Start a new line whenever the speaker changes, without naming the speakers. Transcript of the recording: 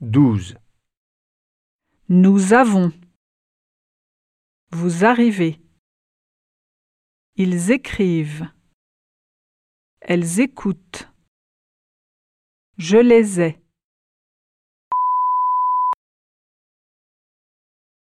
douze,
Nous avons. Vous arrivez. Ils écrivent. Elles écoutent. Je les ai.